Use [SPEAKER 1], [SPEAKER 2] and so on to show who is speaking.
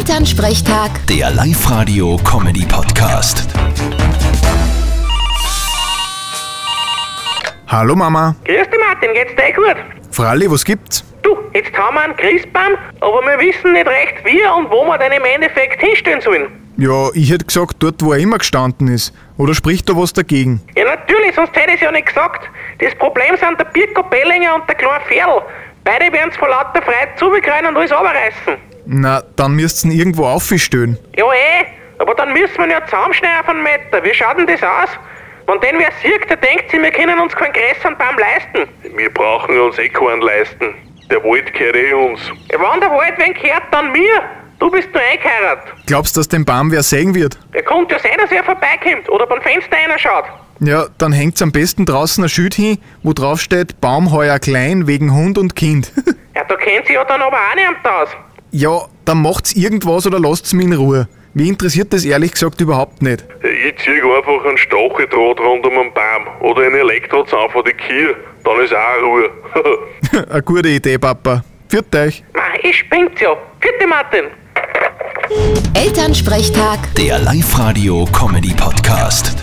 [SPEAKER 1] Elternsprechtag,
[SPEAKER 2] Der Live-Radio-Comedy-Podcast.
[SPEAKER 3] Hallo Mama.
[SPEAKER 4] Grüß dich Martin, geht's dir eh gut?
[SPEAKER 3] Fralli, was gibt's?
[SPEAKER 4] Du, jetzt haben wir einen Christbaum, aber wir wissen nicht recht, wie und wo wir den im Endeffekt hinstellen sollen.
[SPEAKER 3] Ja, ich hätte gesagt, dort wo er immer gestanden ist. Oder spricht da was dagegen?
[SPEAKER 4] Ja natürlich, sonst hätte ich es ja nicht gesagt. Das Problem sind der Birko Bellinger und der kleine Ferl. Beide werden's vor lauter Freude zubekreuen und alles runterreißen.
[SPEAKER 3] Na, dann müsst's ihn irgendwo aufstellen.
[SPEAKER 4] Ja eh, aber dann müssen wir ihn ja zusammenschneiden auf einen Meter. Wie schaut denn das aus? Wenn den wer sieht, der denkt sich, wir können uns keinen größeren Baum leisten.
[SPEAKER 5] Wir brauchen uns eh keinen leisten. Der Wald gehört eh uns.
[SPEAKER 4] Ja, Wenn der Wald wen gehört, dann mir. Du bist nur eingeheiratet.
[SPEAKER 3] Glaubst, dass den Baum wer sägen wird?
[SPEAKER 4] Ja, könnte ja sein, dass er vorbeikommt oder beim Fenster einer schaut.
[SPEAKER 3] Ja, dann hängt's am besten draußen ein Schild hin, wo drauf steht Baum heuer klein wegen Hund und Kind.
[SPEAKER 4] Ja, da kennt sie ja dann aber auch niemand aus.
[SPEAKER 3] ja, dann macht's irgendwas oder lasst's mich in Ruhe. Mich interessiert das ehrlich gesagt überhaupt nicht.
[SPEAKER 5] Ich zieh einfach einen Stacheldraht rund um den Baum oder einen Elektrozaun von der Kier. Dann ist auch Ruhe.
[SPEAKER 3] Eine gute Idee, Papa. Viert euch.
[SPEAKER 4] Mei, ich spinnt ja. Vierte Martin.
[SPEAKER 1] Elternsprechtag.
[SPEAKER 2] Der Live-Radio-Comedy-Podcast.